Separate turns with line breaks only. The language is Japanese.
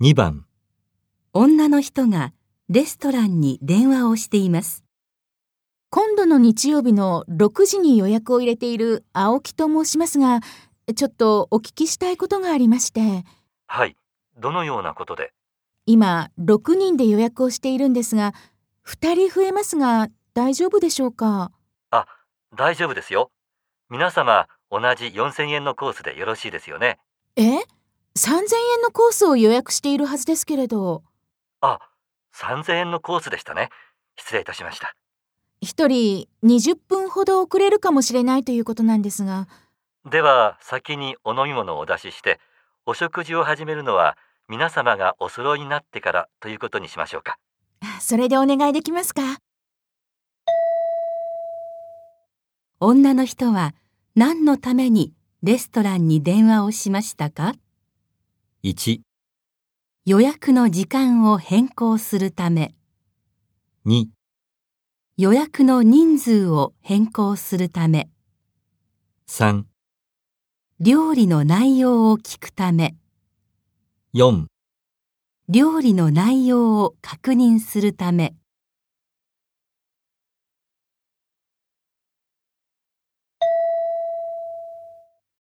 2番、
女の人がレストランに電話をしています。
今度の日曜日の6時に予約を入れている青木と申しますが、ちょっとお聞きしたいことがありまして、
はい。どのようなことで
今6人で予約をしているんですが、2人増えますが大丈夫でしょうか
大丈夫ですよ。皆様、同じ4000円のコースでよろしいですよね。
え ?3000 円のコースを予約しているはずですけれど、
あ、3000円のコースでしたね。失礼いたしました。
1人20分ほど遅れるかもしれないということなんですが、
では、先にお飲み物をお出しして、お食事を始めるのは、皆様がお揃いになってからということにしましょうか。
それでお願いできますか
女の人は何のためにレストランに電話をしましたか
1、
予約の時間を変更するため、
2、
予約の人数を変更するため、
3、
料理の内容を聞くため、
4
料理の内容を確認するため、